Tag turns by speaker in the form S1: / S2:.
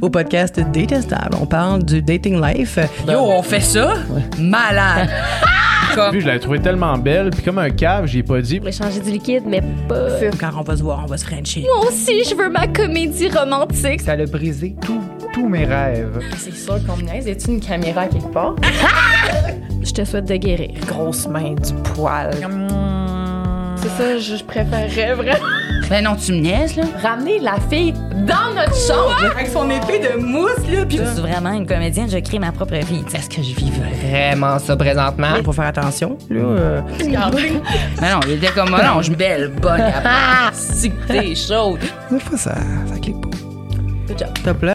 S1: au podcast Détestable. On parle du dating life.
S2: Yo, on fait ça? Malade! Comme-
S3: Puis je l'avais trouvée tellement belle, puis comme un cave, j'ai pas dit.
S4: On va changer du liquide, mais pas.
S1: Quand on va se voir, on va se frencher.
S4: Moi aussi, je veux ma comédie romantique.
S5: Ça a brisé tous tous mes rêves.
S6: C'est sûr qu'on me niaise. Y a-tu une caméra quelque part?
S4: Je te souhaite de guérir.
S6: Grosse main, du poil. C'est ça, je, je préférerais vraiment.
S2: Ben non, tu me niaises, là.
S6: Ramener la fille dans notre chambre. Avec son épée de mousse, là. Puis
S7: Je suis vraiment une comédienne, je crée ma propre vie.
S2: Est-ce que je vis vrai?
S5: Vraiment ça présentement.
S1: Faut faire attention. là, euh,
S2: Ben non, il était comme, oh non, je belle, bonne, à part, si que t'es chaude.
S5: Des fois ça, ça clique pas.
S1: top là.